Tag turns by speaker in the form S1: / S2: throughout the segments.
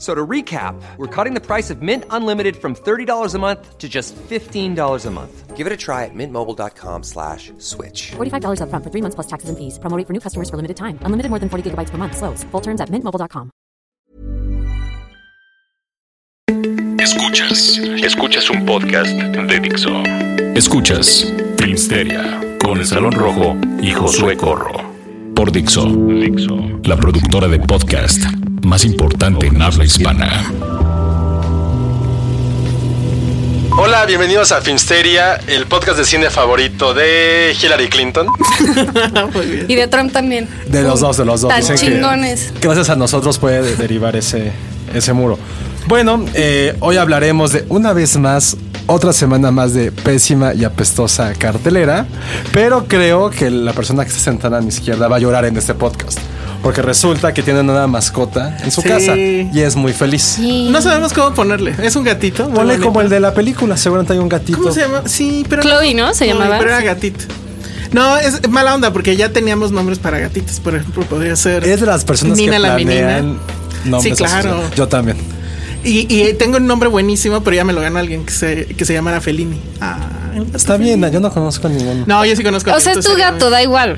S1: So to recap, we're cutting the price of Mint Unlimited from $30 a month to just $15 a month. Give it a try at mintmobile.com slash switch.
S2: $45 upfront for three months plus taxes and fees. Promote for new customers for limited time. Unlimited more than 40 gigabytes per month. Slows. Full terms at mintmobile.com.
S3: Escuchas, escuchas un podcast de Dixo. Escuchas Filmsteria con el Salón Rojo y Josué Corro. Por Dixo, la productora de podcast más importante en habla hispana.
S4: Hola, bienvenidos a Filmsteria, el podcast de cine favorito de Hillary Clinton.
S5: Y de Trump también.
S4: De los dos, de los dos.
S5: Tan
S4: Dicen que
S5: chingones.
S4: gracias a nosotros puede de- derivar ese, ese muro. Bueno, eh, hoy hablaremos de una vez más, otra semana más de pésima y apestosa cartelera, pero creo que la persona que se sentará a mi izquierda va a llorar en este podcast. Porque resulta que tienen una mascota en su
S6: Sí.
S4: casa y es muy feliz.
S6: No sabemos cómo ponerle. Es un gatito. muy
S4: Ponle
S6: bonito.
S4: como el de la película, seguramente hay un gatito.
S6: ¿Cómo se llama? Sí, pero.
S5: Chloe, ¿no? Se
S6: Chloe,
S5: llamaba.
S6: Pero era gatito. No, es mala onda porque ya teníamos nombres para gatitos. Por ejemplo, podría ser.
S4: Es de las personas
S6: Nina
S4: que
S6: la menina.
S4: planean nombres
S6: Sí, claro.
S4: asociados. Yo también.
S6: Y, y tengo un nombre buenísimo, pero ya me lo ganó alguien que se, que se llamara Felini. Ah, el gato
S4: Está
S6: Felini.
S4: bien, yo no conozco ninguno.
S6: No, yo sí conozco.
S5: O sea, es
S6: gatitos,
S5: tu
S6: sería-
S5: gato, da igual.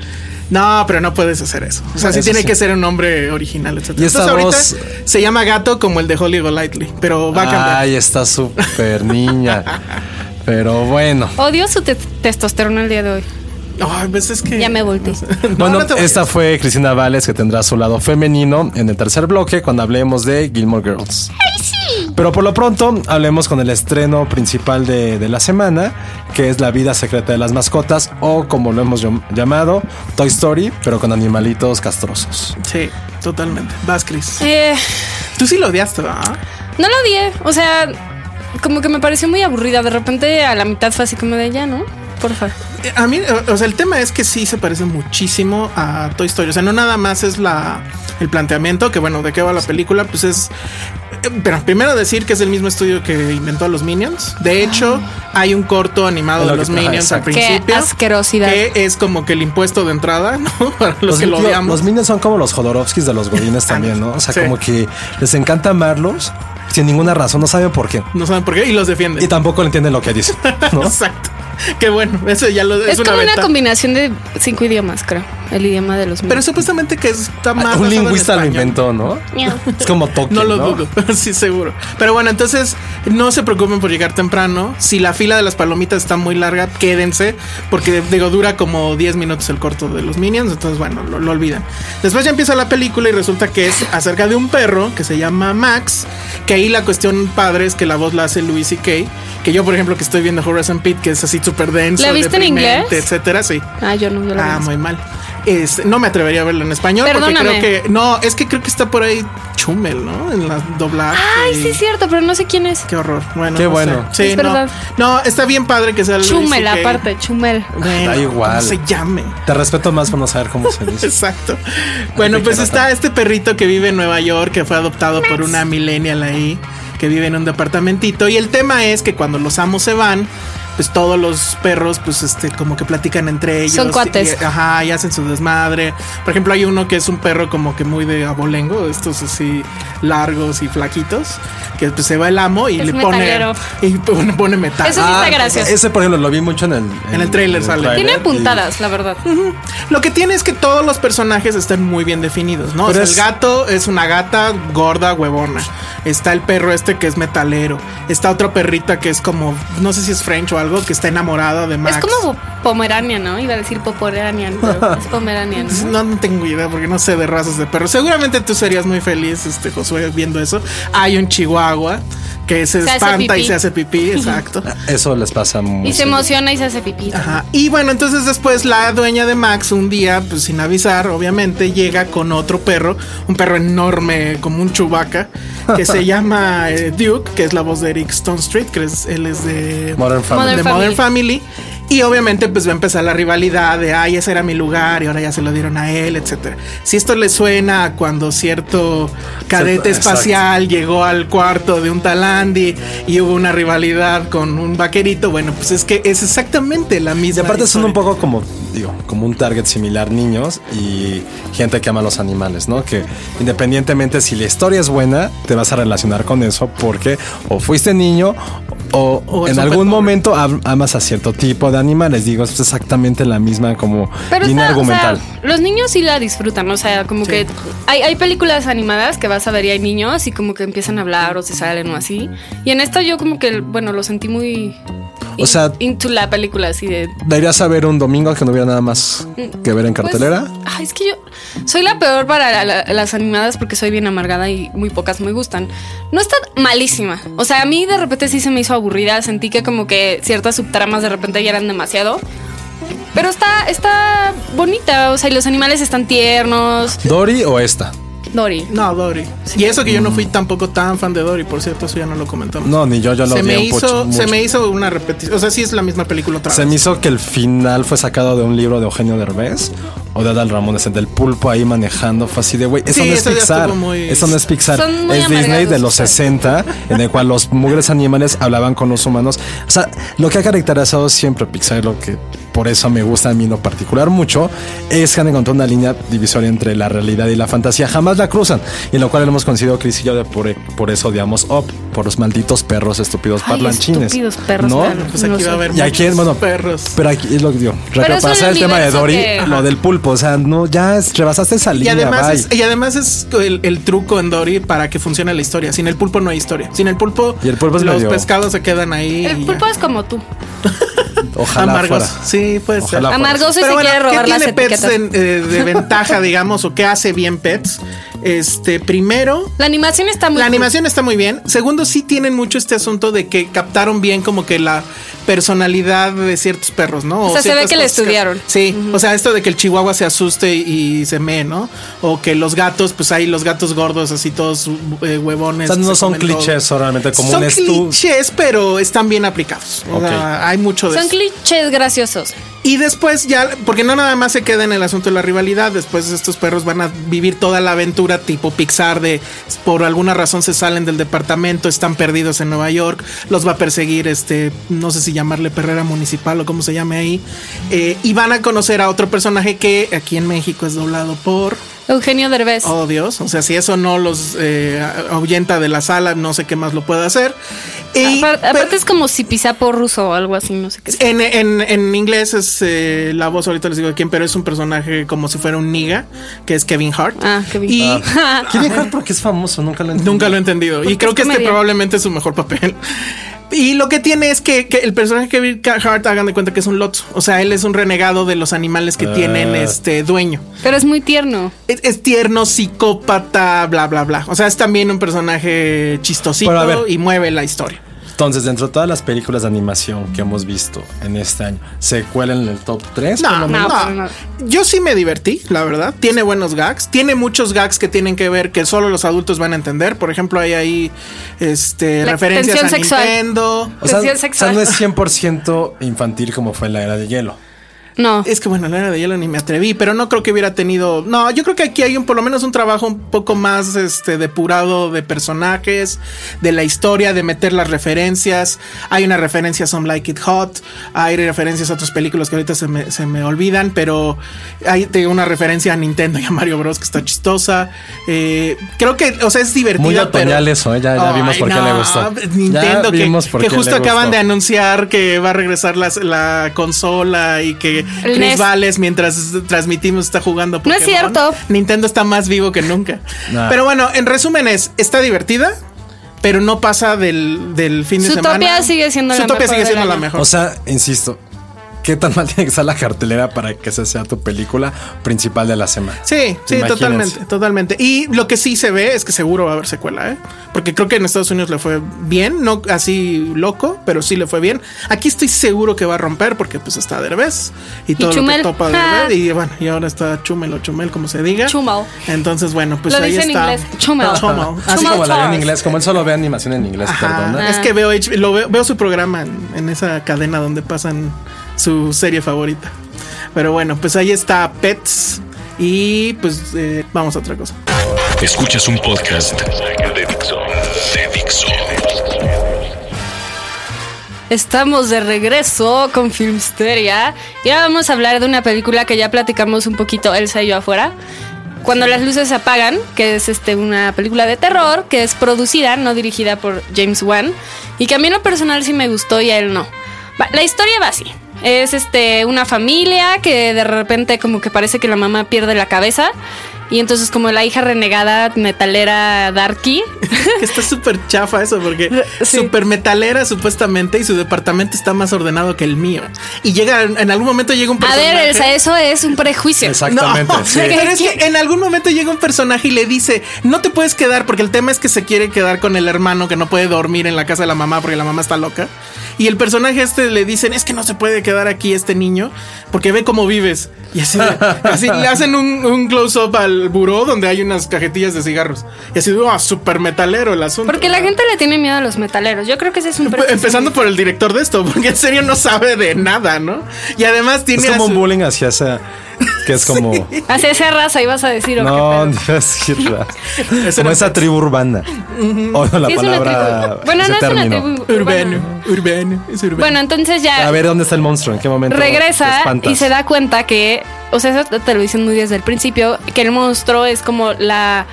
S6: No, pero no puedes hacer eso. O sea, sí
S4: Eso
S6: tiene
S4: sí.
S6: que ser un nombre original, etc.
S4: Y esa
S6: Entonces,
S4: voz-
S6: ahorita se llama gato como el de Holly Golightly, pero va a cambiar.
S4: Ay, está súper niña. Pero bueno.
S5: Odio su te- testosterona el día de hoy.
S6: Ay, pues es que.
S5: Ya me volteé.
S6: No,
S4: Bueno,
S6: no te voy a-
S4: esta fue Cristina Vales que tendrá su lado femenino en el tercer bloque cuando hablemos de Gilmore Girls. Pero por lo pronto hablemos con el estreno principal de, de la semana, que es La vida secreta de las mascotas o como lo hemos llam- llamado, Toy Story, pero con animalitos castrosos.
S6: Sí, totalmente. Vas, Chris.
S5: Eh,
S6: Tú sí lo odiaste, ¿verdad?
S5: no lo odié. O sea, como que me pareció muy aburrida. De repente a la mitad fue así como de ya, ¿no? Porfa.
S6: Eh, A mí, eh, o sea, el tema es que sí se parece muchísimo a Toy Story. O sea, no nada más es la el planteamiento, que bueno, de qué va la película, pues es. eh, Pero primero decir que es el mismo estudio que inventó a los Minions. De hecho, hay un corto animado
S4: Ah. Es lo
S6: de
S4: que-
S6: los
S4: ajá,
S6: Minions al
S4: exacto. Qué
S6: principio.
S5: asquerosidad.
S6: Que es como que el impuesto de entrada, ¿no? Para los, que lo
S4: minions-
S6: odiamos.
S4: los minions son como los Jodorowskis de los godines también, ¿no? O sea,
S6: Sí.
S4: como que les encanta amarlos sin ninguna razón, no saben por qué.
S6: no saben por qué y los defienden.
S4: Y tampoco le entienden lo que dicen, ¿no?
S6: Exacto. Qué bueno. Eso ya lo
S5: Es, como una
S6: ventaja.
S5: combinación de cinco idiomas, creo. El idioma de los
S6: Pero
S5: míos.
S6: supuestamente que está más. basado
S4: Ah, Un
S6: en
S4: lingüista lo
S6: español.
S4: inventó, ¿no?
S5: Miau.
S4: Es como Tokio.
S6: No lo dudo, sí, seguro. Pero bueno, entonces no se preocupen por llegar temprano. Si la fila de las palomitas está muy larga, quédense, porque digo, dura como 10 minutos el corto de los Minions. Entonces, bueno, lo, lo olvidan. Después ya empieza la película y resulta que es acerca de un perro que se llama Max. Que ahí la cuestión padre es que la voz la hace Louis y Kay. Que yo, por ejemplo, que estoy viendo Horizon Pit, que es así súper denso,
S5: ¿La viste en
S6: deprimente,
S5: inglés?
S6: etcétera, sí.
S5: Ah, yo no, yo la
S6: Ah,
S5: conozco.
S6: muy mal. Este, no me atrevería a verlo en español
S5: Perdóname.
S6: porque creo que no, es que creo que está por ahí Chumel, ¿no? En la doblada.
S5: Ay, sí, es cierto, pero no sé quién es.
S6: Qué horror. Bueno,
S4: Qué
S6: no
S4: bueno.
S6: sé. Sí,
S5: Es
S6: no.
S5: verdad.
S6: No, está bien padre que sea Louis
S5: Chumel,
S6: CK.
S5: aparte, chumel.
S6: Bueno,
S4: Da igual.
S6: como se llame.
S4: Te respeto más por no saber cómo se dice.
S6: Exacto. Bueno, pues está este perrito que vive en Nueva York, que fue adoptado por una millennial ahí, que vive en un departamentito. Y el tema es que cuando los amos se van, pues todos los perros, pues este, como que platican entre ellos.
S5: Son cuates.
S6: Y, ajá, y hacen su desmadre. Por ejemplo, hay uno que es un perro como que muy de abolengo, estos así largos y flaquitos, que pues se va el amo y
S5: Es
S6: le pone.
S5: metalero.
S6: Y pone, pone metal. Ah,
S5: Eso sí está gracioso.
S4: Ah, Ese, por ejemplo, lo vi mucho en el...
S6: En el tráiler sale.
S5: Tiene
S4: y-
S5: puntadas, la verdad.
S6: Lo que tiene es que todos los personajes están muy bien definidos, ¿no? O
S4: Pero
S6: sea,
S4: es-
S6: el gato es una gata gorda, huevona. Está el perro este que es metalero. Está otra perrita que es como, no sé si es French o algo algo que está enamorada de Max.
S5: Es como Pomerania, ¿no? Iba a decir Poporania, pero es Pomerania, ¿no?
S6: No, no tengo idea porque no sé de razas de perros. Seguramente tú serías muy feliz, este Josué, viendo eso. Hay un chihuahua que se,
S5: Se hace
S6: espanta y
S5: pipí.
S6: se hace pipí, exacto.
S4: Eso les pasa mucho.
S5: Y se emociona y se hace pipí.
S6: Ajá. Y bueno, entonces después la dueña de Max un día, pues sin avisar, obviamente llega con otro perro, un perro enorme como un chubaca, que se llama eh, Duke, que es la voz de Eric Stone Street, que es- él es de
S4: Modern Family.
S5: Modern
S6: de Modern Family. Y obviamente pues va a empezar la rivalidad de, ay, ese era mi lugar y ahora ya se lo dieron a él, etcétera. Si esto le suena a cuando cierto cadete
S4: Exacto.
S6: espacial llegó al cuarto de un talandi y hubo una rivalidad con un vaquerito, bueno, pues es que es exactamente la misma.
S4: Y aparte son
S6: historia.
S4: un poco como, digo, como un target similar niños y gente que ama los animales, ¿no? Que independientemente si la historia es buena, te vas a relacionar con eso porque o fuiste niño o,
S6: O
S4: en
S6: eres un
S4: algún
S6: pet
S4: momento am- amas a cierto tipo de animales. Digo, es exactamente la misma como línea
S5: está- o sea,
S4: argumental.
S5: los niños sí la disfrutan, o sea, como que hay, hay películas animadas que vas a ver y hay niños y como que empiezan a hablar o se salen o así. Y en esta yo como que, bueno, lo sentí muy...
S4: O sea-
S5: into la película así de...
S4: ¿Deberías saber un domingo que no hubiera nada más que ver en
S5: pues,
S4: cartelera?
S5: ay, es que yo soy la peor para la- la- las animadas porque soy bien amargada y muy pocas me gustan. No está malísima. O sea, a mí de repente sí se me hizo aburrida. Sentí que como que ciertas subtramas de repente ya eran demasiado. Pero está, está bonita. O sea, y los animales están tiernos.
S4: ¿Dory o esta?
S5: Dory.
S6: No, Dory. Y eso que yo no fui tampoco tan fan de Dory, por cierto, eso ya no lo comentamos.
S4: No, ni yo, yo lo
S6: se
S4: odié
S6: me
S4: un pocho-
S6: hizo, se
S4: mucho.
S6: me hizo una repetición. O sea, sí es la misma película otra
S4: Se
S6: vez.
S4: me hizo que el final fue sacado de un libro de Eugenio Derbez o de Adal Ramones, el del pulpo ahí manejando. Fue así de, güey, eso
S6: Sí,
S4: no es
S6: eso ya
S4: Pixar.
S6: estuvo muy-
S4: Eso no es Pixar.
S5: Son muy
S4: Es Disney de
S5: amargados,
S4: los
S5: o sea.
S4: 60, en el cual los mugres animales hablaban con los humanos. O sea, lo que ha caracterizado siempre a Pixar, lo que por eso me gusta a mí en lo particular mucho, es que han encontrado una línea divisoria entre la realidad y la fantasía. Jamás la cruzan. Y en lo cual hemos coincidido Chris y yo de por, por eso odiamos Up, por los malditos perros estúpidos
S5: Ay,
S4: parlanchines.
S5: estúpidos perros,
S4: ¿No?
S5: man.
S6: Pues aquí
S5: No
S6: va a
S5: sé.
S6: haber
S4: Y aquí es,
S6: muchos
S4: bueno,
S6: perros.
S4: Pero aquí es lo que digo,
S5: es un
S4: repasar el tema de
S5: universo
S4: Dory,
S5: que-
S4: lo del pulpo, o sea, no, ya es- rebasaste esa
S6: Y
S4: línea,
S6: además,
S4: bye.
S6: es, y además es el, el truco en Dory para que funcione la historia. Sin el pulpo no hay historia. Sin el pulpo,
S4: Y el pulpo es
S6: los
S4: medio-
S6: pescados se quedan ahí. y
S5: El
S6: ya.
S5: pulpo es como tú.
S4: Ojalá
S6: amargos.
S4: fuera.
S6: Sí, puede ser.
S4: Ojalá fuera.
S5: Amargoso y se quiere robar
S6: pues, ¿qué
S5: las
S6: tiene Pets
S5: etiquetas.
S6: en- eh, de ventaja, digamos, o qué hace bien Pets? Este, primero,
S5: La animación está muy
S6: La
S5: cool.
S6: animación está muy bien. Segundo, sí tienen mucho este asunto de que captaron bien como que la personalidad de ciertos perros, ¿no?
S5: O sea, se ve
S6: ciertas
S5: que le
S6: cosas
S5: estudiaron.
S6: Sí, o sea, esto de que el chihuahua se asuste y se mee, ¿no? O que los gatos, pues hay los gatos gordos así todos eh, huevones.
S4: O sea,
S6: que
S4: no
S6: se
S4: son
S6: comen todo.
S4: clichés, solamente como
S6: son
S4: un estu-
S6: clichés, pero están bien aplicados. O sea, hay mucho de
S5: Son
S6: eso.
S5: clichés graciosos.
S6: Y después ya, porque no nada más se queda en el asunto de la rivalidad, después estos perros van a vivir toda la aventura tipo Pixar de por alguna razón se salen del departamento, están perdidos en Nueva York, los va a perseguir este, no sé si llamarle perrera municipal o como se llame ahí, eh, y van a conocer a otro personaje que aquí en México es doblado por...
S5: Eugenio Derbez.
S6: Oh Dios, o sea, si eso no los eh, ahuyenta de la sala, no sé qué más lo puede hacer. Y,
S5: Apar- aparte
S6: pero-
S5: es como si pisapo ruso o algo así, no sé qué.
S6: en, en- en inglés es eh, la voz, ahorita les digo quién, pero es un personaje como si fuera un niga, que es Kevin Hart.
S5: Ah, qué bien.
S6: Y
S4: ¿Quién dijo porque es famoso? Nunca lo entendí.
S6: nunca lo he entendido. Y
S5: Porque Pues
S6: creo
S5: es
S6: que este
S5: comedia.
S6: probablemente es su mejor papel. Y lo que tiene es que, que el personaje de Kevin Hart hagan de cuenta que es un loto. O sea, él es un renegado de los animales que
S4: Ah.
S6: tienen este dueño.
S5: Pero es muy tierno.
S6: Es, es tierno, psicópata, bla, bla, bla. O sea, es también un personaje chistosito
S4: Pero a ver.
S6: y mueve la historia.
S4: Entonces, dentro de todas las películas de animación que hemos visto en este año, ¿se cuelan en el top 3?
S6: No,
S5: menos.
S6: no.
S5: No, pues,
S6: Yo sí me divertí, la verdad. Tiene buenos gags. Tiene muchos gags que tienen que ver que solo los adultos van a entender. Por ejemplo, hay ahí este,
S5: La
S6: referencias a
S5: tensión sexual.
S6: Nintendo.
S4: O sea,
S5: pues
S4: o
S5: Sí, es
S4: sea,
S5: sexual.
S4: no es 100% infantil como fue en la era de hielo.
S5: No.
S6: Es que bueno, la era de hielo ni me atreví, pero no creo que hubiera tenido. No, yo creo que aquí hay un, por lo menos un trabajo un poco más este depurado de personajes, de la historia, de meter las referencias. Hay una referencia a Some Like It Hot, hay referencias a otras películas que ahorita se me, se me olvidan, pero hay te digo, una referencia a Nintendo y a Mario Bros. que está chistosa. Eh, creo que, o sea, es divertida.
S4: Muy
S6: pero-
S4: otoñal eso, ¿eh? ya, ya vimos
S6: Ay,
S4: por qué
S6: no, pues,
S4: le gustó.
S6: Nintendo,
S4: Ya
S6: que,
S4: vimos por
S6: que
S4: qué
S6: justo
S4: le
S6: acaban
S4: gustó.
S6: de anunciar que va a regresar las- la consola y que Chris
S5: NES.
S6: Vales, mientras transmitimos, está jugando.
S5: E No es
S6: Pokémon.
S5: cierto.
S6: Nintendo está más vivo que nunca.
S4: Nah.
S6: Pero bueno, en resumen, es está divertida. pero no pasa del, del fin de
S5: Zootopia
S6: semana.
S5: sigue siendo la
S6: Zootopia
S5: mejor
S6: sigue
S5: del
S6: siendo la
S5: año.
S6: mejor.
S4: O sea, insisto, ¿qué tan mal tiene que estar la cartelera para que esa sea tu película principal de la semana?
S6: Sí, sí,
S4: Imagínense.
S6: totalmente, totalmente. Y lo que sí se ve es que seguro va a haber secuela, ¿eh? Porque creo que en Estados Unidos le fue bien, no así loco, pero sí le fue bien. Aquí estoy seguro que va a romper porque pues está Derbez y todo lo que
S5: Chumel.
S6: topa
S5: Ah.
S6: Derbez y bueno, y ahora está Chumel o Chumel como se diga.
S5: Chumel.
S6: Entonces, bueno, pues
S5: Lo
S6: ahí
S5: dice en
S6: está.
S5: inglés, Chumel.
S6: Chumel.
S4: Así
S6: Así
S4: como la ve en
S5: Charles.
S4: inglés, como él solo ve animación en inglés,
S6: Ajá. Ah,
S4: perdona.
S6: Es que veo, H- lo veo, veo su programa en, en esa cadena donde pasan su serie favorita. Pero bueno, pues ahí está Pets y pues eh, vamos a otra cosa.
S3: Escuchas un podcast de Dixo. De Dixo.
S5: Estamos de regreso con Filmsteria y ahora vamos a hablar de una película que ya platicamos un poquito Elsa y yo afuera. Cuando las luces se apagan, que es este, una película de terror que es producida, no dirigida por James Wan, y que a mí en lo personal sí me gustó y a él no. Va, La historia va así. Es este, una familia que de repente como que parece que la mamá pierde la cabeza y entonces como la hija renegada metalera darky
S6: Que está súper chafa eso, porque
S5: Sí.
S6: súper metalera supuestamente y su departamento está más ordenado que el mío. Y llega, en algún momento llega un
S5: A
S6: personaje.
S5: ver, Elsa, eso es un prejuicio.
S4: Exactamente.
S6: No,
S4: sí.
S6: pero es que en algún momento llega un personaje y le dice, no te puedes quedar porque el tema es que se quiere quedar con el hermano que no puede dormir en la casa de la mamá porque la mamá está loca. Y el personaje este le dicen, es que no se puede quedar aquí este niño porque ve cómo vives. Y así, de- así le hacen un, un close-up al buró donde hay unas cajetillas de cigarros. Y así, oh, súper metalero el asunto.
S5: Porque la gente le tiene miedo a los metaleros. Yo creo que ese es un prejuicio.
S6: Pues, Empezando por el director de esto, porque en serio no sabe de nada, ¿no? Y además tiene...
S4: Es
S6: a
S4: como un
S6: su-
S4: bullying hacia esa. Que es como.
S5: Hacia esa raza ibas a decir, ¿o
S4: No,
S5: qué pedo?
S4: no es cierto.
S6: Eso
S4: Como
S6: no-
S4: esa tribu urbana. Odio la
S5: Sí, es una
S4: palabra.
S5: tribu. Bueno,
S4: ese
S5: no es una
S4: término.
S5: tribu.
S6: Urbano,
S5: urbana.
S6: urbano, es urbano.
S5: Bueno, entonces ya
S4: A ver, ¿dónde está el monstruo? ¿En qué momento? te
S5: regresa
S4: espantas?
S5: y se da cuenta que, o sea, eso te lo dicen muy desde el principio, que el monstruo es como la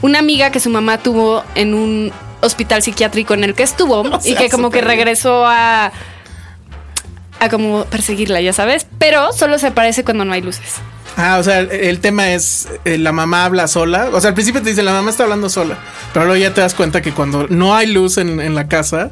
S5: una amiga que su mamá tuvo en un hospital psiquiátrico en el que estuvo y
S6: sea,
S5: que como que
S6: súper bien.
S5: regresó a a como perseguirla, ya sabes, pero solo se aparece cuando no hay luces.
S6: Ah, o sea, el tema es eh, la mamá habla sola. O sea, al principio te dicen la mamá está hablando sola, pero luego ya te das cuenta que cuando no hay luz en, en la casa,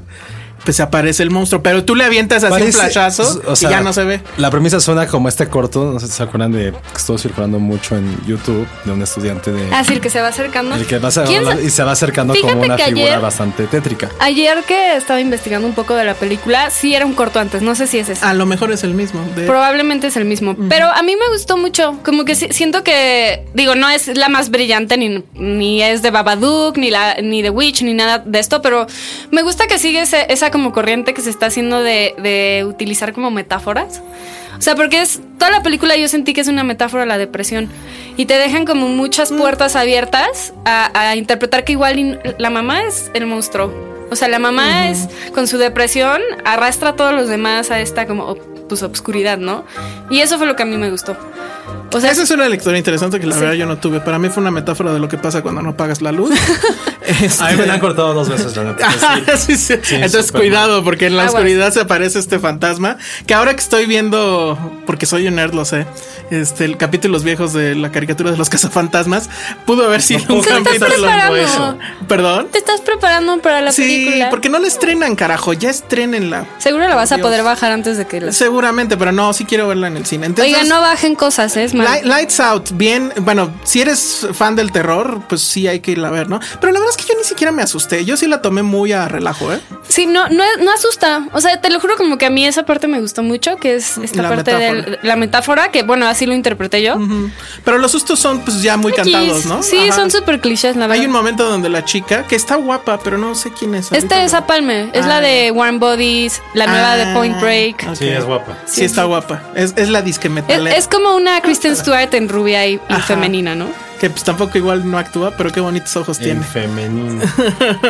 S6: pues aparece el monstruo. Pero tú le avientas así un
S4: Parece-
S6: flachazo
S4: o sea,
S6: y ya no se ve.
S4: La premisa suena como este corto, no sé si se acuerdan de que estuvo circulando mucho en YouTube de un estudiante de
S5: Así el que se va acercando.
S4: el que va a-
S5: Ah, ¿Quién sa-
S4: y se va acercando como
S5: Fíjate
S4: una
S5: que
S4: figura
S5: ayer-
S4: bastante tétrica.
S5: Ayer que estaba investigando un poco de la película, sí era un corto antes, no sé si es ese.
S6: A lo mejor es el mismo. de-
S5: Probablemente es el mismo, pero a mí me gustó mucho, como que si- siento que, digo, no es la más brillante, ni, ni es de Babadook, ni, la, ni The Witch, ni nada de esto, pero me gusta que sigue ese- esa como corriente que se está haciendo de, de utilizar como metáforas. O sea, porque es toda la película yo sentí que es una metáfora de la depresión y te dejan como
S6: Mm.
S5: muchas puertas abiertas a, a interpretar que igual y la mamá es el monstruo. O sea, la mamá es con su depresión arrastra a todos los demás a esta como ob- pues obscuridad, ¿no? Y eso fue lo que a mí me gustó. O sea,
S6: Esa es una lectura interesante que la
S5: Sí.
S6: verdad yo no tuve. Para mí fue una metáfora de lo que pasa cuando no pagas la luz. Este-
S4: A mí me la han cortado dos veces, la neta. pues
S6: Ah, sí, sí. Entonces
S4: súper
S6: cuidado porque en la
S5: Aguas.
S6: oscuridad se aparece este fantasma que ahora que estoy viendo porque soy un nerd lo sé este el capítulo los viejos de la caricatura de los cazafantasmas pudo haber sido un
S5: puedo empezar
S6: capítulo
S5: hablando
S6: eso. perdón
S5: te estás preparando para la
S6: sí
S5: película.
S6: porque no la estrenan carajo ya estrenenla
S5: Seguro la vas a
S6: Dios.
S5: poder bajar antes de que la...
S6: seguramente pero no sí quiero verla en el cine Entonces,
S5: Oiga, no bajen cosas, ¿eh? es malo.
S6: Light- Lights Out, bien, bueno, si eres fan del terror, pues sí hay que irla a ver, ¿no? Pero la verdad es que yo ni siquiera me asusté, yo sí la tomé muy a relajo, ¿eh?
S5: Sí, no, no, no asusta. O sea, te lo juro como que a mí esa parte me gustó mucho, que es esta
S6: La
S5: parte de
S6: metáfora.
S5: la metáfora, que bueno, así lo interpreté yo.
S6: Pero los sustos son pues ya muy cantados,
S5: Chis.
S6: ¿no?
S5: Sí,
S6: Ajá.
S5: son súper clichés, la verdad.
S6: Hay un momento donde la chica, que está guapa, pero no sé quién es.
S5: Esta
S6: ahorita,
S5: Este es
S6: ¿no?
S5: Palme, es
S6: Ah.
S5: la de Warm Bodies, la nueva de
S6: Ah,
S5: Point Break.
S6: ok.
S4: Sí, es guapa.
S6: Sí, está guapa. Es, es la disque
S5: Es,
S6: metal.
S5: es como una Kristen Stewart en rubia y, y
S6: Ajá.
S5: femenina, ¿no?
S6: Que pues tampoco igual no actúa, pero qué bonitos ojos
S4: En
S6: tiene.
S4: femenino.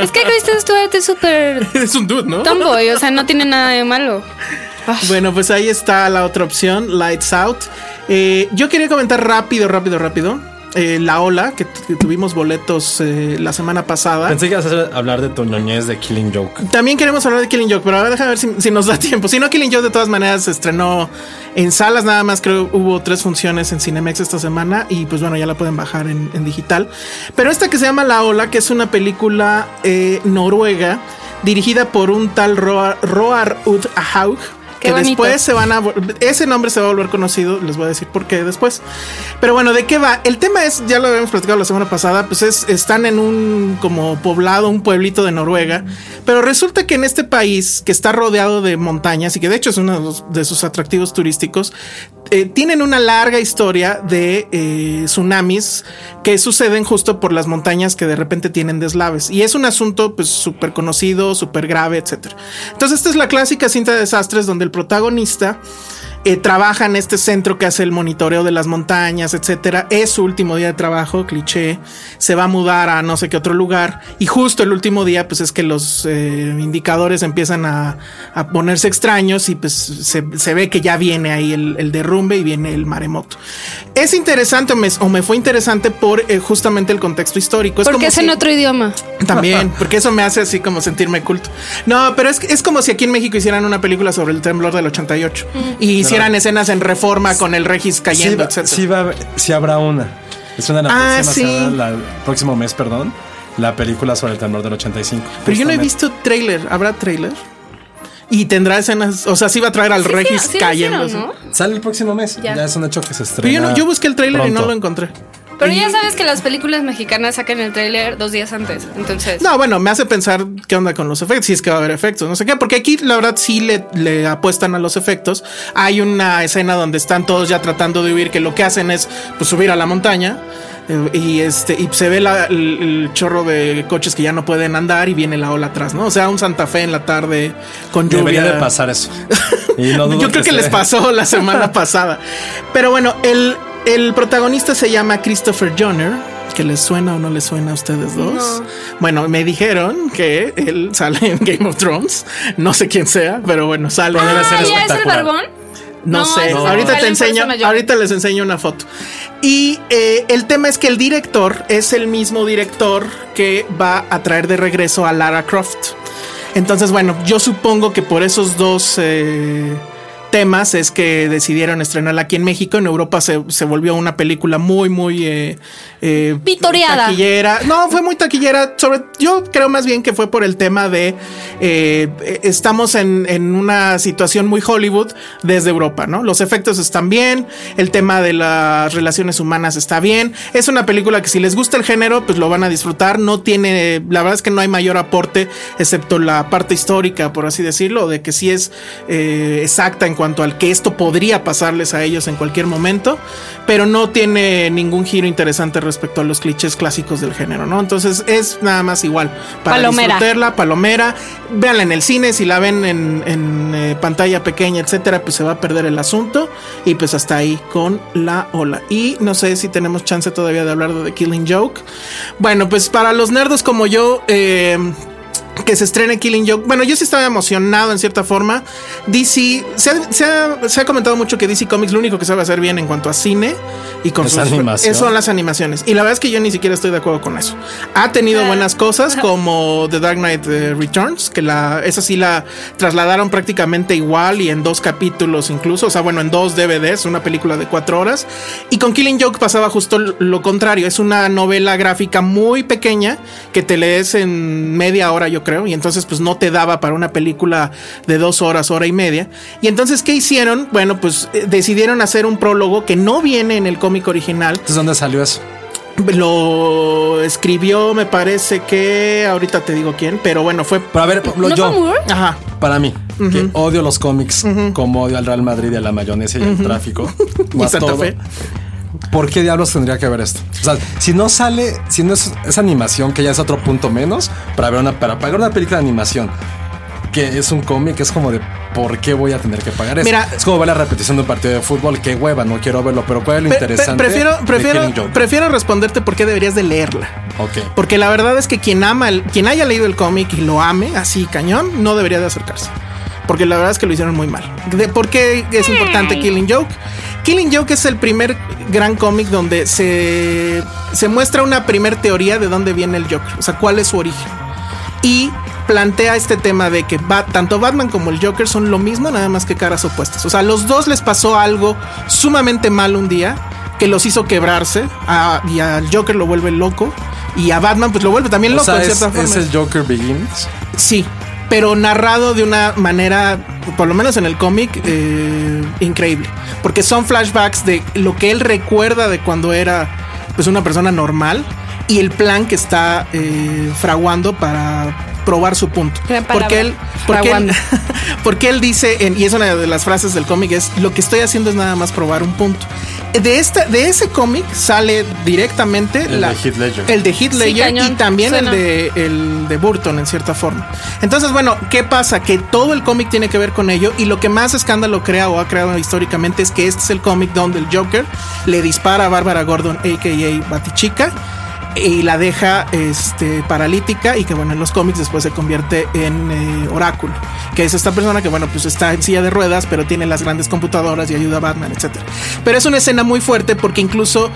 S5: Es que Kristen Stewart es súper
S6: es un dude, ¿no?
S5: tomboy, o sea, no tiene nada de malo. Ay,
S6: Bueno, pues ahí está la otra opción, Lights Out. Eh, yo quería comentar rápido, rápido, rápido. eh, La Ola, que, t- que tuvimos boletos eh, la semana pasada.
S4: Pensé que ibas a hacer- hablar de tu ñoñez de Killing Joke.
S6: También queremos hablar de Killing Joke, pero a ver, déjame ver si, si nos da tiempo. Si no, Killing Joke de todas maneras se estrenó en salas, nada más creo hubo tres funciones en Cinemex esta semana y pues bueno, ya la pueden bajar en, en digital. Pero esta que se llama La Ola, que es una película eh, noruega dirigida por un tal Roar, Roar Ud Ahaug.
S5: Qué
S6: Que
S5: bonito.
S6: después se van a. vol- Ese nombre se va a volver conocido, les voy a decir por qué después. Pero bueno, ¿de qué va? El tema es, ya lo habíamos platicado la semana pasada, pues es, están en un como poblado, un pueblito de Noruega, pero resulta que en este país que está rodeado de montañas y que de hecho es uno de, los- de sus atractivos turísticos, eh, tienen una larga historia de eh, tsunamis que suceden justo por las montañas que de repente tienen deslaves. Y es un asunto pues súper conocido, súper grave, etcétera. Entonces esta es la clásica cinta de desastres donde el protagonista eh, trabaja en este centro que hace el monitoreo de las montañas, etcétera. Es su último día de trabajo, cliché. Se va a mudar a no sé qué otro lugar. Y justo el último día, pues es que los eh, indicadores empiezan a, a ponerse extraños y pues se, se ve que ya viene ahí el, el derrumbe y viene el maremoto. Es interesante, o me, o me fue interesante por eh, justamente el contexto histórico. Es
S5: Porque
S6: como
S5: es en
S6: si-
S5: otro idioma.
S6: también, porque eso me hace así como sentirme culto. No, pero es, es como si aquí en México hicieran una película sobre el temblor del 88 y hicieran escenas en reforma con el Regis
S4: Sí,
S6: cayendo,
S4: va-
S6: etcétera.
S4: sí va a haber- sí habrá una. Es una de las
S6: Ah,
S4: próximas
S6: sí.
S4: semanas, la- el próximo mes, perdón. La película sobre el temblor del 85.
S6: pero yo no he
S4: justamente.
S6: visto trailer. ¿Habrá trailer? Y tendrá escenas, o sea, sí va a traer al
S5: Sí,
S6: Regis
S5: sí, sí lo
S6: cayendo.
S5: hicieron, ¿no?
S6: así.
S4: Sale el próximo mes.
S5: Ya.
S4: Ya, es un hecho que se estrena.
S6: Pero yo, no, yo busqué el trailer y no
S4: pronto.
S6: lo encontré.
S5: Pero ya sabes que las películas mexicanas sacan el tráiler dos días antes. Entonces,
S6: No, bueno, me hace pensar qué onda con los efectos, si es que va a haber efectos, no sé qué, porque aquí la verdad sí le, le apuestan a los efectos. Hay una escena donde están todos ya tratando de huir, que lo que hacen es pues, subir a la montaña. eh, Y este, y se ve la- el, el chorro de coches que ya no pueden andar y viene la ola atrás, ¿no? O sea, un Santa Fe en la tarde con lluvia.
S4: Debería de pasar eso. Y no dudo
S6: Yo creo que,
S4: se-
S6: les pasó la semana pasada. Pero bueno, el, el protagonista se llama Christopher Joner. Que les suena o no les suena a ustedes dos.
S5: No.
S6: Bueno, me dijeron que él sale en Game of Thrones. No sé quién sea, pero bueno, sale.
S4: Podría ser
S5: Ah, ya es el
S4: espectacular.
S5: barbón.
S6: No,
S5: No,
S6: sé,
S5: es
S4: no.
S6: ahorita
S5: Sale
S6: te
S5: en
S6: enseño,
S5: persona yo.
S6: ahorita les enseño una foto. Y eh, el tema es que el director es el mismo director que va a traer de regreso a Lara Croft. Entonces, bueno, yo supongo que por esos dos eh, temas es que decidieron estrenarla aquí en México. En Europa se, se volvió una película muy, muy eh, eh,
S5: Vitoreada.
S6: Taquillera. No, fue muy taquillera. Sobre, yo creo más bien que fue por el tema de eh, eh, estamos en, en una situación muy Hollywood desde Europa, ¿no? Los efectos están bien, el tema de las relaciones humanas está bien. Es una película que si les gusta el género, pues lo van a disfrutar. No tiene, la verdad es que no hay mayor aporte, excepto la parte histórica, por así decirlo, de que sí es eh, exacta en cuanto al que esto podría pasarles a ellos en cualquier momento, pero no tiene ningún giro interesante respecto a los clichés clásicos del género, ¿no? Entonces es nada más igual para
S5: Palomera.
S6: disfrutarla, palomera, véanla en el cine, si la ven en, en, eh, pantalla pequeña, etcétera, pues se va a perder el asunto y pues hasta ahí con la ola. Y no sé si tenemos chance todavía de hablar de The Killing Joke. Bueno, pues para los nerdos como yo, eh, que se estrene Killing Joke. Bueno, yo sí estaba emocionado en cierta forma. DC, se ha, se ha- se ha comentado mucho que DC Comics lo único que sabe hacer bien en cuanto a cine y con
S4: Es
S6: sus-
S4: animación.
S6: es- son las animaciones. Y la verdad es que yo ni siquiera estoy de acuerdo con eso. Ha tenido buenas cosas como The Dark Knight eh, Returns, que la, esa sí la trasladaron prácticamente igual y en dos capítulos incluso, o sea, bueno, en dos DVDs, una película de cuatro horas. Y con Killing Joke pasaba justo lo contrario. Es una novela gráfica muy pequeña que te lees en media hora, yo creo. Y entonces, pues no te daba para una película de dos horas, hora y media. Y entonces, ¿qué hicieron? Bueno, pues eh, decidieron hacer un prólogo que no viene en el cómic original.
S4: Entonces, ¿dónde salió eso?
S6: Lo escribió, me parece que ahorita te digo quién, pero bueno, fue.
S4: Pero a ver, Pablo,
S5: ¿No
S4: yo.
S5: fue Moore?
S6: Ajá.
S4: Para mí, que odio los cómics, como odio al Real Madrid y a la mayonesa y al tráfico.
S6: Y
S4: más
S6: Santa
S4: todo.
S6: Fe.
S4: ¿Por qué diablos tendría que ver esto? O sea, si no sale, si no es esa animación que ya es otro punto menos para ver una para pagar una película de animación que es un cómic, es como de ¿por qué voy a tener que pagar eso?
S6: Mira-
S4: es como ver la repetición de un partido de fútbol, qué hueva, no quiero verlo, pero cuál es lo
S6: Pre- pre-
S4: interesante.
S6: prefiero,
S4: de Killing
S6: prefiero,
S4: Joke?
S6: prefiero responderte por qué deberías de leerla.
S4: Ok.
S6: Porque la verdad es que quien ama el, quien haya leído el cómic y lo ame así cañón, no debería de acercarse. Porque la verdad es que lo hicieron muy mal. De por qué es importante Killing Joke. Killing Joke es el primer gran cómic donde se, se muestra una primer teoría de dónde viene el Joker, o sea, cuál es su origen. Y plantea este tema de que Bat- tanto Batman como el Joker son lo mismo, nada más que caras opuestas. O sea, a los dos les pasó algo sumamente mal un día que los hizo quebrarse a- y al Joker lo vuelve loco y a Batman pues lo vuelve también
S4: O
S6: loco
S4: sea,
S6: en
S4: es,
S6: cierta forma.
S4: es el Joker Begins.
S6: Sí, pero narrado de una manera, por lo menos en el cómic, eh, increíble. Porque son flashbacks de lo que él recuerda de cuando era pues una persona normal y el plan que está eh, fraguando para probar su punto.
S5: Gran palabra,
S6: Porque él, porque
S5: fraguando.
S6: él, porque él dice, en- y es una de las frases del cómic, es lo que estoy haciendo es nada más probar un punto. De, esta, de ese cómic sale directamente
S4: El de Heath Ledger.
S6: el de Heath
S5: Sí,
S6: Ledger y
S5: cañón,
S6: también el
S5: suena.
S6: de eh, el de Burton en cierta forma. Entonces, bueno, ¿qué pasa? Que todo el cómic tiene que ver con ello y lo que más escándalo crea o ha creado históricamente es que este es el cómic donde el Joker le dispara a Bárbara Gordon, a.k.a. Batichica, y la deja este, paralítica y que bueno, en los cómics después se convierte en eh, Oráculo, que es esta persona que bueno, pues está en silla de ruedas, pero tiene las grandes computadoras y ayuda a Batman, etc. Pero es una escena muy fuerte porque incluso...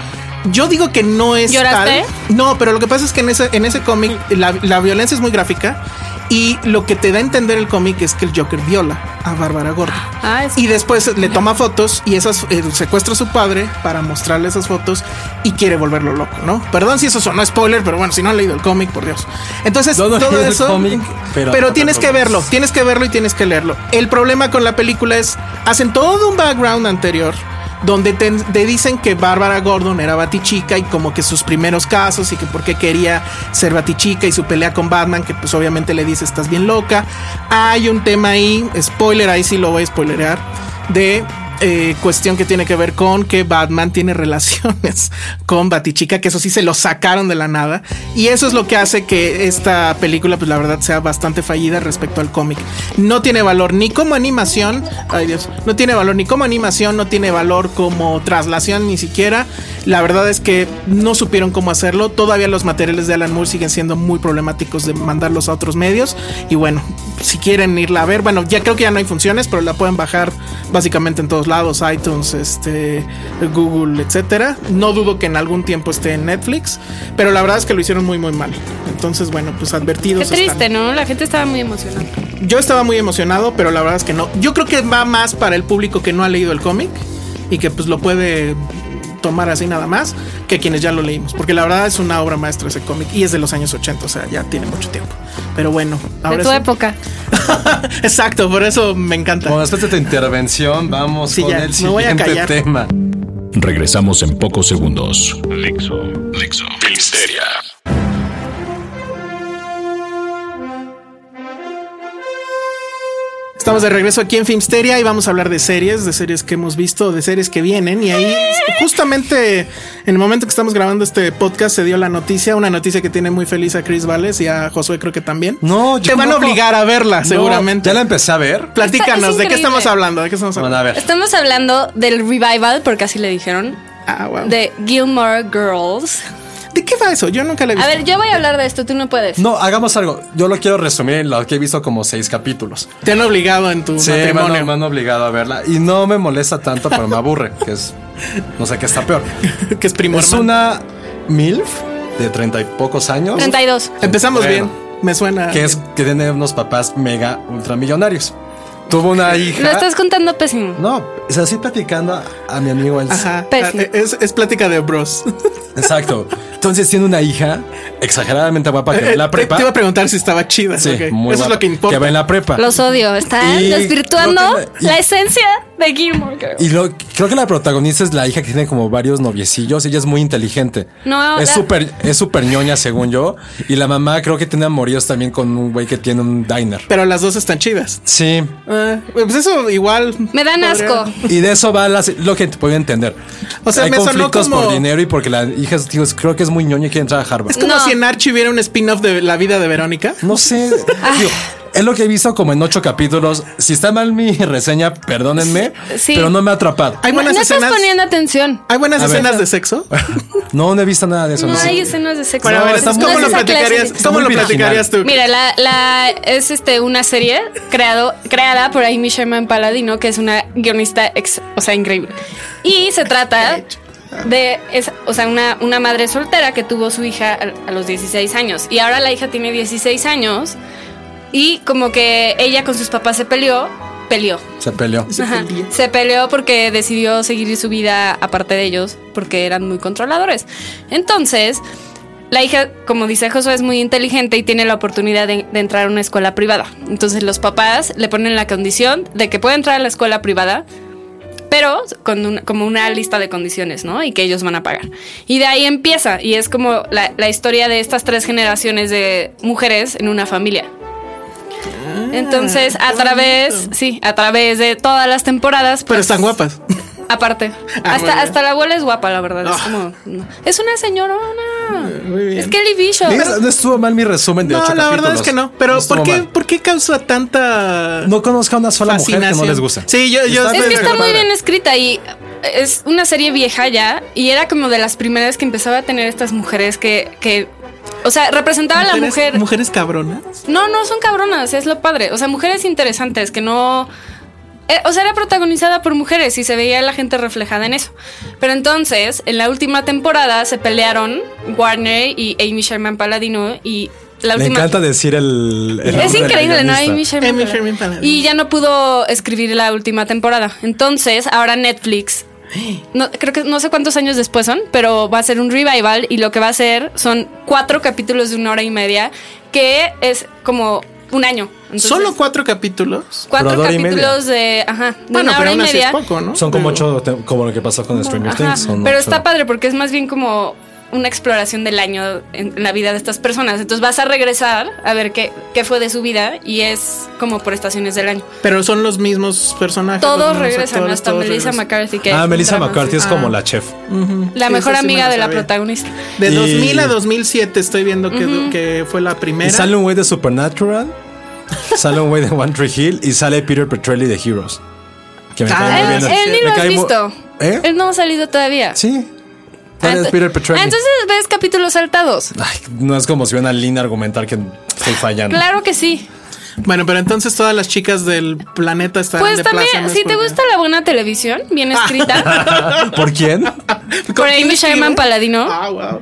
S6: Yo digo que no es
S5: ¿Lloraste?
S6: tal. No, pero lo que pasa es que en ese, en ese cómic la, la violencia es muy gráfica y lo que te da a entender el cómic es que el Joker viola a Bárbara Gordon.
S5: Ah, es-
S6: Y después le toma fotos y esas eh, secuestra a su padre para mostrarle esas fotos y quiere volverlo loco, ¿no? Perdón si eso sonó spoiler, pero bueno, si no han leído el cómic, por Dios. Entonces,
S4: No, no he
S6: todo
S4: leído el
S6: eso.
S4: cómic, pero-
S6: pero tienes que verlo, tienes que verlo y tienes que leerlo. El problema con la película es hacen todo un background anterior donde te, te dicen que Bárbara Gordon era Batichica y como que sus primeros casos y que por qué quería ser Batichica y su pelea con Batman que pues obviamente le dice estás bien loca. Hay un tema ahí, spoiler, ahí sí lo voy a spoilerear, de eh, cuestión que tiene que ver con que Batman tiene relaciones con Batichica, que eso sí se lo sacaron de la nada. Y eso es lo que hace que esta película, pues la verdad, sea bastante fallida respecto al cómic. No tiene valor ni como animación, ay Dios, no tiene valor ni como animación, no tiene valor como traslación ni siquiera. La verdad es que no supieron cómo hacerlo. Todavía los materiales de Alan Moore siguen siendo muy problemáticos de mandarlos a otros medios. Y bueno, si quieren irla a ver, bueno, ya creo que ya no hay funciones, pero la pueden bajar básicamente en todos lados, iTunes, este, Google, etcétera. No dudo que en algún tiempo esté en Netflix, pero la verdad es que lo hicieron muy muy mal. Entonces, bueno, pues
S5: Qué
S6: advertidos
S5: triste,
S6: están.
S5: ¿no? La gente estaba muy emocionada.
S6: Yo estaba muy emocionado, pero la verdad es que no. Yo creo que va más para el público que no ha leído el cómic y que pues lo puede tomar así nada más que quienes ya lo leímos, porque la verdad es una obra maestra ese cómic y es de los años 80, o sea, ya tiene mucho tiempo. Pero bueno, ahora
S5: de tu
S6: sí.
S5: época.
S6: Exacto, por eso me encanta.
S4: Bueno, después de tu intervención, vamos
S6: Sí,
S4: con
S6: ya,
S4: el
S6: me voy a
S4: siguiente
S6: callar.
S4: tema.
S3: Regresamos en pocos segundos. Dixo, Dixo, Filmsteria.
S6: Estamos de regreso aquí en Filmsteria y vamos a hablar de series, de series que hemos visto, de series que vienen. Y ahí, justamente en el momento que estamos grabando este podcast, se dio la noticia, una noticia que tiene muy feliz a Chris Valles y a Josué, creo que también.
S4: No, yo
S6: Te van a
S4: tampoco.
S6: obligar a verla,
S4: No,
S6: seguramente.
S4: Ya la empecé a ver.
S6: Platícanos,
S5: Es
S6: ¿de
S5: increíble.
S6: qué estamos hablando? ¿De qué estamos
S4: Bueno,
S6: hablando?
S4: a ver.
S5: Estamos hablando del revival, porque así le dijeron,
S6: Ah, wow.
S5: de Gilmore Girls.
S6: ¿De qué va eso? Yo nunca la he
S5: A
S6: visto.
S5: ver, yo voy a hablar de esto, tú no puedes.
S4: No, hagamos algo. Yo lo quiero resumir en lo que he visto como seis capítulos.
S6: Te han obligado en tu
S4: Sí, me han-
S6: matrimonio.
S4: me han obligado a verla. Y no me molesta tanto, pero me aburre, que es. No sé qué está peor.
S6: que es primo
S4: Es
S6: hermano.
S4: una MILF de treinta y pocos años.
S5: 32.
S4: ¿Ah?
S6: Empezamos
S4: Bueno.
S6: bien. Me suena.
S4: Que es que tiene unos papás mega ultramillonarios. Tuvo una hija.
S5: Lo estás contando pésimo.
S4: No, es así platicando a, a mi amigo el.
S6: Ajá.
S5: Pésimo.
S6: Es, es plática de bros.
S4: Exacto. Entonces tiene una hija exageradamente guapa que ve la prepa.
S6: Eh, Te iba a preguntar si estaba chida.
S4: Sí,
S6: ok.
S4: muy
S6: Eso es
S4: guapa,
S6: lo que importa.
S4: va en la prepa.
S5: Los odio, están
S4: Y-
S5: desvirtuando
S4: creo que la- y-
S5: la esencia de Gilmore Girls.
S4: Y lo, creo que la protagonista es la hija que tiene como varios noviecillos. Ella es muy inteligente.
S5: No,
S4: es
S5: la-
S4: súper es súper ñoña, según yo. Y la mamá creo que tiene amoríos también con un güey que tiene un diner.
S6: Pero las dos están chidas.
S4: Sí.
S6: Ah, pues eso igual.
S5: Me dan asco.
S4: Y de eso va la se- lo que te puedo entender.
S6: O sea,
S4: Hay
S6: me sonó
S4: conflictos
S6: como-
S4: por dinero y porque la hija es- digo, creo que es muy ñoña y quiere entrar a Harvard.
S6: Es como
S5: No.
S6: si en Archie hubiera un spin-off de la vida de Verónica.
S4: No sé. digo, es lo que he visto como en ocho capítulos. Si está mal mi reseña, perdónenme,
S5: Sí.
S4: pero no me ha atrapado.
S6: Hay
S5: No,
S6: buenas
S5: no
S6: escenas.
S5: estás poniendo atención.
S6: Hay buenas
S4: A ver.
S6: escenas de sexo.
S4: No, no he visto nada de eso.
S5: No
S4: no sé.
S5: hay escenas de sexo.
S6: Bueno, a
S4: No,
S6: ver,
S4: está
S6: entonces,
S4: muy-
S6: ¿cómo
S4: no
S6: lo
S4: es esa
S6: platicarías?
S4: clase.
S6: ¿Cómo
S4: Muy
S6: lo
S4: virginal.
S6: platicarías tú?
S5: Mira, la, la- es este una serie creado, creada por Amy Sherman Paladino, que es una guionista ex- o sea, increíble. Y se trata de, es- o sea, una, una madre soltera que tuvo su hija a, a los 16 años. Y ahora la hija tiene 16 años y como que ella con sus papás se peleó, peleó.
S4: Se peleó.
S5: Ajá. Se peleó porque decidió seguir su vida aparte de ellos, porque eran muy controladores. Entonces, la hija, como dice Josué, es muy inteligente y tiene la oportunidad de, de entrar a una escuela privada. Entonces, los papás le ponen la condición de que puede entrar a la escuela privada, pero con una- como una lista de condiciones, ¿no? Y que ellos van a pagar. Y de ahí empieza, y es como la, la historia de estas tres generaciones de mujeres en una familia.
S6: Ah,
S5: Entonces, a través, sí, a través de todas las temporadas.
S6: Pero
S5: pues,
S6: están guapas.
S5: Aparte.
S6: Ah, muy
S5: hasta,
S6: bien.
S5: hasta la abuela es guapa, la verdad. Es
S6: Ah.
S5: como. no. Es una señorona.
S6: muy bien.
S5: Es Kelly Bishop.
S4: ¿Ves? No estuvo mal mi resumen de
S6: No, la
S4: ocho
S6: verdad
S4: capítulos.
S6: es que no. Pero
S4: estuvo
S6: ¿por, qué,
S4: mal.
S6: ¿por qué causa tanta
S4: No conozco a una sola mujer que no
S6: fascinación?
S4: les gusta.
S6: Sí, yo,
S4: Está
S6: yo
S5: Es
S6: estoy
S5: que
S6: de
S5: está
S6: acuerdo.
S5: muy bien escrita y eh, es una serie vieja ya. Y era como de las primeras que empezaba a tener estas mujeres que. que o sea, representaba a la
S6: Mujeres-
S5: mujer.
S6: Mujeres cabronas.
S5: No, no, son cabronas, es lo padre. O sea, mujeres interesantes que no. eh, o sea, era protagonizada por mujeres y se veía la gente reflejada en eso. Pero entonces, en la última temporada se pelearon Warner y Amy Sherman Paladino y la
S4: Le
S5: última.
S4: encanta decir el. el nombre
S5: Es
S4: de la
S5: increíble, ¿no?
S4: guionista.
S5: Amy Sherman.
S6: Amy
S5: Paladino.
S6: Sherman Paladino.
S5: Y ya no pudo escribir la última temporada. Entonces, ahora Netflix. No, creo que no sé cuántos años después son, pero va a ser un revival y lo que va a hacer son cuatro capítulos de una hora y media, que es como un año. Entonces,
S6: Solo cuatro capítulos.
S5: cuatro
S4: Pero hora y media.
S5: capítulos de, ajá, de
S6: Bueno,
S5: una
S6: pero
S5: hora y
S6: aún así
S5: media.
S6: es poco, ¿no?
S4: Son como
S6: Digo,
S4: ocho, te- como lo que pasó con Stranger
S5: Ajá,
S4: Things. son
S5: pero
S4: ocho.
S5: está padre porque es más bien como una exploración del año en la vida de estas personas. Entonces vas a regresar a ver qué, qué fue de su vida y es como por estaciones del año.
S6: Pero son los mismos personajes. los
S5: Todos
S6: mismos
S5: regresan,
S6: actores,
S5: hasta
S6: todos
S5: Melissa
S6: regresan.
S5: McCarthy. Que
S4: Ah,
S5: es
S4: Melissa
S5: drama,
S4: McCarthy es
S5: sí.
S4: como la chef.
S5: La
S6: Sí,
S5: mejor
S6: esa sí me
S5: amiga
S6: la
S5: de la
S6: sabía.
S5: protagonista.
S6: De
S4: Y-
S6: 2000 a 2007 estoy viendo que, que fue la primera.
S4: Y sale un güey de Supernatural. sale un güey de One Tree Hill. Y sale Peter Petrelli de Heroes. Que me cae
S6: Ah,
S4: muy bien.
S5: él, él ni
S4: Me
S5: lo has
S4: cae mu-
S5: visto.
S4: ¿Eh?
S5: Él no ha salido todavía.
S4: Sí.
S5: Ah,
S4: Él es
S5: ento-
S4: Peter Petrelli.
S5: Ah, entonces ves capítulos saltados.
S4: Ay, no es como si una línea argumentar que estoy fallando.
S5: Claro que sí.
S6: Bueno, pero entonces todas las chicas del planeta están
S5: Pues
S6: de
S5: también,
S6: plácemes
S5: si te
S6: porque-
S5: gusta la buena televisión, bien escrita,
S4: ¿Por quién?
S5: por Amy
S6: quién
S5: Sherman
S6: escribe?
S5: Paladino.
S6: Ah, wow.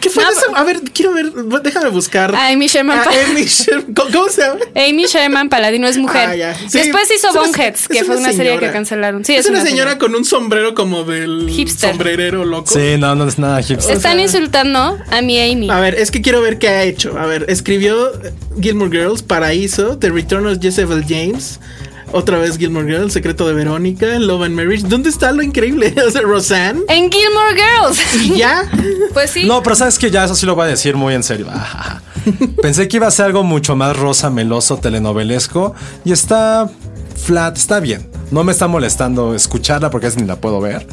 S6: ¿Qué fue
S5: No, pues-
S6: eso? A ver, quiero ver, déjame buscar.
S5: A Amy Sherman
S6: A
S5: Paladino.
S6: Amy Sherman- ¿Cómo, cómo se llama?
S5: Amy Sherman Paladino es mujer.
S6: Ah, ya. Sí,
S5: Después hizo
S6: es una-
S5: Boneheads,
S6: es
S5: que fue una serie
S6: señora.
S5: que cancelaron. Sí,
S6: es, una, señora, con un sombrero como del
S5: Hipster.
S6: sombrerero loco.
S4: Sí, no, no es nada hipster.
S5: Están insultando a mi Amy.
S6: A ver, es que quiero ver qué ha hecho. A ver, escribió Gilmore Girls, Paraíso, The Return of Jezebel James, otra vez Gilmore Girls, Secreto de Verónica, Love and Marriage. ¿Dónde está lo increíble? O sea, Roseanne.
S5: En Gilmore Girls.
S6: Y ya.
S5: Pues sí.
S4: No, pero sabes que ya eso sí lo voy a decir muy en serio. Ajá. Pensé que iba a ser algo mucho más rosa, meloso, telenovelesco. Y está flat, está bien. No me está molestando escucharla porque es ni la puedo ver.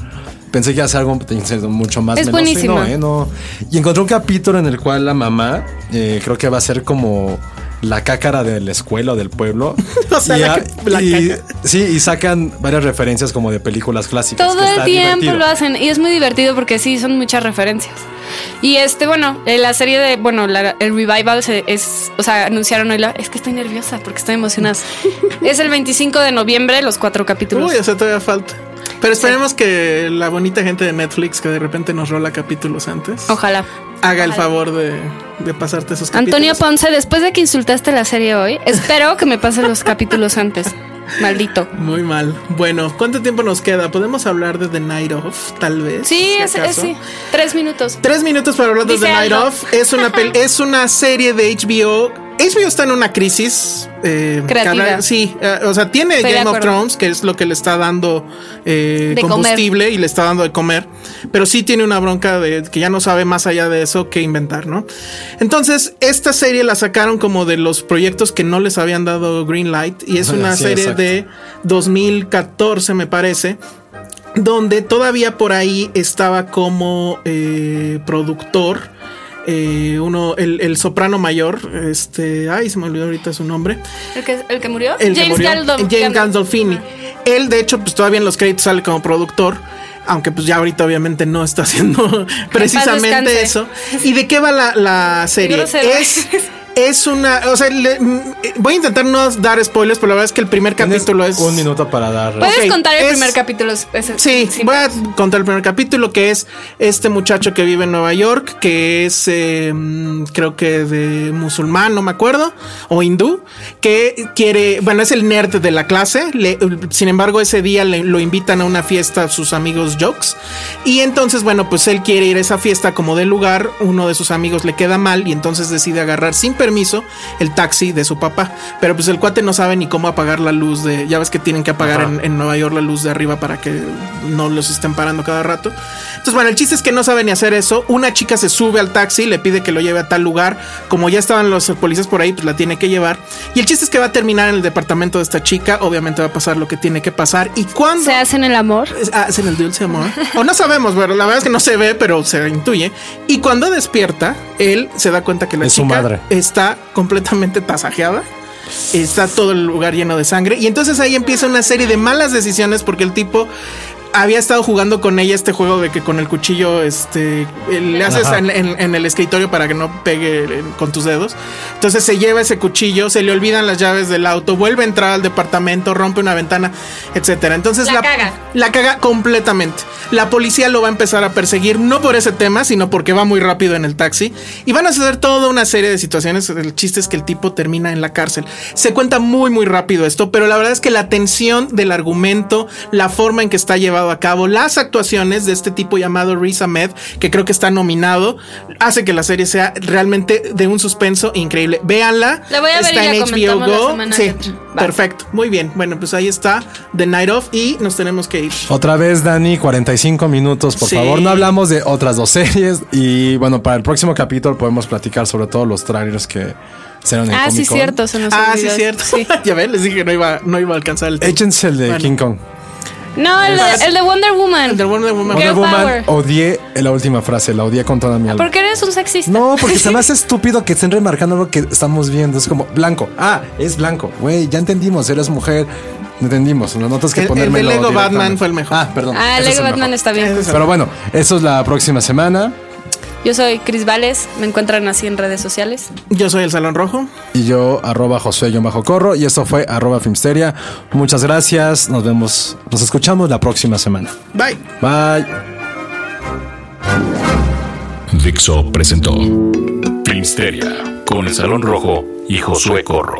S4: Pensé que iba a ser algo en serio mucho más
S5: Es
S4: meloso y no,
S5: buenísima.
S4: ¿eh? No. Y encontré un capítulo en el cual la mamá eh, creo que va a ser como la cácara de la escuela o del pueblo.
S6: O sea,
S4: y,
S6: la
S4: a-
S6: que- la
S4: y-
S6: caca.
S4: sí, y sacan varias referencias como de películas clásicas.
S5: Todo
S4: que
S5: el
S4: está
S5: tiempo
S4: divertido.
S5: lo hacen y es muy divertido porque sí, son muchas referencias. Y este, bueno, eh, la serie de, bueno, la- el revival se- es, o sea, anunciaron hoy, la, es que estoy nerviosa porque estoy emocionada. es el 25 de noviembre, los cuatro capítulos.
S6: Uy, o sea, todavía falta. Pero esperemos que la bonita gente de Netflix, que de repente nos rola capítulos antes,
S5: Ojalá.
S6: haga el favor de, de pasarte esos capítulos.
S5: Antonio Ponce, después de que insultaste la serie hoy, espero que me pasen los capítulos antes. Maldito.
S6: Muy mal. Bueno, ¿cuánto tiempo nos queda? ¿Podemos hablar de The Night Of, tal vez?
S5: Sí,
S6: si
S5: es, es-
S6: acaso?
S5: sí. Tres minutos.
S6: Tres minutos para hablar de
S5: Dice
S6: The Night
S5: algo.
S6: Of. Es una, pel- es una serie de HBO. HBO está en una crisis. eh,
S5: Creativa.
S6: que habla- sí, eh, o sea, tiene
S5: Estoy de
S6: Game of
S5: acuerdo.
S6: Thrones, que es lo que le está dando eh,
S5: De
S6: combustible y le está dando de comer. Pero sí tiene una bronca de que ya no sabe más allá de eso que inventar, ¿no? Entonces, esta serie la sacaron como de los proyectos que no les habían dado Green Light. Y es una
S4: Sí,
S6: serie
S4: exacto.
S6: de 2014, me parece donde todavía por ahí estaba como eh, productor eh, uno el, el soprano mayor este ay se me olvidó ahorita su nombre
S5: ¿El que, el que murió?
S6: el que
S5: James
S6: murió,
S5: Gandol-
S6: James
S5: Gandol-
S6: Gandolfini él de hecho pues todavía en los créditos sale como productor aunque pues ya ahorita obviamente no está haciendo precisamente
S5: descanse.
S6: eso y de qué va la, la serie
S5: grosero
S6: es
S5: eres.
S6: Es una. O sea, le- mm, eh, voy a intentar no dar spoilers, pero la verdad es que el primer
S4: Tienes
S6: capítulo es.
S4: Un minuto para dar.
S5: Puedes
S6: Ok,
S5: contar el
S6: es-
S5: primer capítulo. es- es-
S6: Sí,
S5: sin-
S6: voy a contar el primer capítulo que es este muchacho que vive en Nueva York, que es eh, mm, creo que de musulmán, no me acuerdo, o hindú, que quiere, bueno, es el nerd de la clase, le- sin embargo ese día le- lo invitan a una fiesta sus amigos jokes, y entonces, bueno, pues él quiere ir a esa fiesta como del lugar, uno de sus amigos le queda mal y entonces decide agarrar sin permiso el taxi de su papá, pero pues el cuate no sabe ni cómo apagar la luz de, ya ves que tienen que apagar en, en Nueva York la luz de arriba para que no los estén parando cada rato. Entonces, bueno, el chiste es que no sabe ni hacer eso. Una chica se sube al taxi, le pide que lo lleve a tal lugar. Como ya estaban los policías por ahí, pues la tiene que llevar. Y el chiste es que va a terminar en el departamento de esta chica. Obviamente va a pasar lo que tiene que pasar. Y cuando.
S7: Se hacen el amor.
S6: Es- ah, es en el dulce amor. O no sabemos, pero la verdad es que no se ve, pero se intuye. Y cuando despierta, él se da cuenta que la
S4: Es su
S6: chica
S4: madre.
S6: está completamente tasajeada. Está todo el lugar lleno de sangre. Y entonces ahí empieza una serie de malas decisiones porque el tipo había estado jugando con ella este juego de que con el cuchillo este, le haces
S4: Ajá.
S6: en, en- en el escritorio para que no pegue eh, con tus dedos. Entonces se lleva ese cuchillo, se le olvidan las llaves del auto, vuelve a entrar al departamento, rompe una ventana, etcétera. Entonces
S5: La caga.
S6: la caga completamente. La policía lo va a empezar a perseguir, no por ese tema, sino porque va muy rápido en el taxi. Y van a suceder toda una serie de situaciones. El chiste es que el tipo termina en la cárcel. Se cuenta muy, muy rápido esto, pero la verdad es que la tensión del argumento, la forma en que está llevado a cabo, las actuaciones de este tipo llamado Riz Ahmed, que creo que está nominado, hace que la serie sea realmente de un suspenso increíble. Véanla.
S5: La voy a ver
S6: está
S5: y la
S6: en HBO
S5: comentamos la
S6: Go.
S5: semana que
S6: sí,
S5: entra. Va.
S6: perfecto. Muy bien. Bueno, pues ahí está The Night Of y nos tenemos que ir.
S4: Otra vez, Dani, 45 minutos, por
S6: Sí.
S4: favor. No hablamos de otras dos series. Y bueno, para el próximo capítulo podemos platicar sobre todos los trailers que serán en
S5: Ah, sí,
S4: Comic-Con.
S5: cierto. Se nos
S6: Ah,
S5: olvidó
S6: sí,
S5: eso.
S6: cierto.
S5: Sí.
S6: ya ven, les dije que no iba, no iba a alcanzar el tiempo.
S4: Échense el de
S6: Bueno.
S4: King Kong.
S5: No, el de, el de Wonder Woman.
S6: El del Wonder Woman.
S5: Girl
S4: Wonder Woman,
S5: power. Ah,
S4: odié la última frase, la odié con toda mi alma.
S5: Porque eres un sexista.
S4: No, porque se me hace estúpido que estén remarcando algo que estamos viendo. Es como blanco. Ah, es blanco. Güey, ya entendimos, eres mujer. Entendimos. No notas que
S6: El- el
S4: ponerme
S6: de Lego Batman fue el mejor.
S4: Ah, perdón.
S5: Ah,
S4: ese es
S5: Lego
S4: el
S5: Batman
S4: mejor.
S5: está bien.
S6: Ese es el-
S4: Pero bueno, eso es la próxima semana.
S5: Yo soy Cris Vales. Me encuentran así en redes sociales.
S6: Yo soy el Salón Rojo.
S4: Y yo, arroba Josué bajo corro. Y esto fue arroba Filmsteria. Muchas gracias. Nos vemos. Nos escuchamos la próxima semana.
S6: Bye.
S4: Bye.
S3: Dixo presentó Filmsteria con el Salón Rojo y Josué Corro.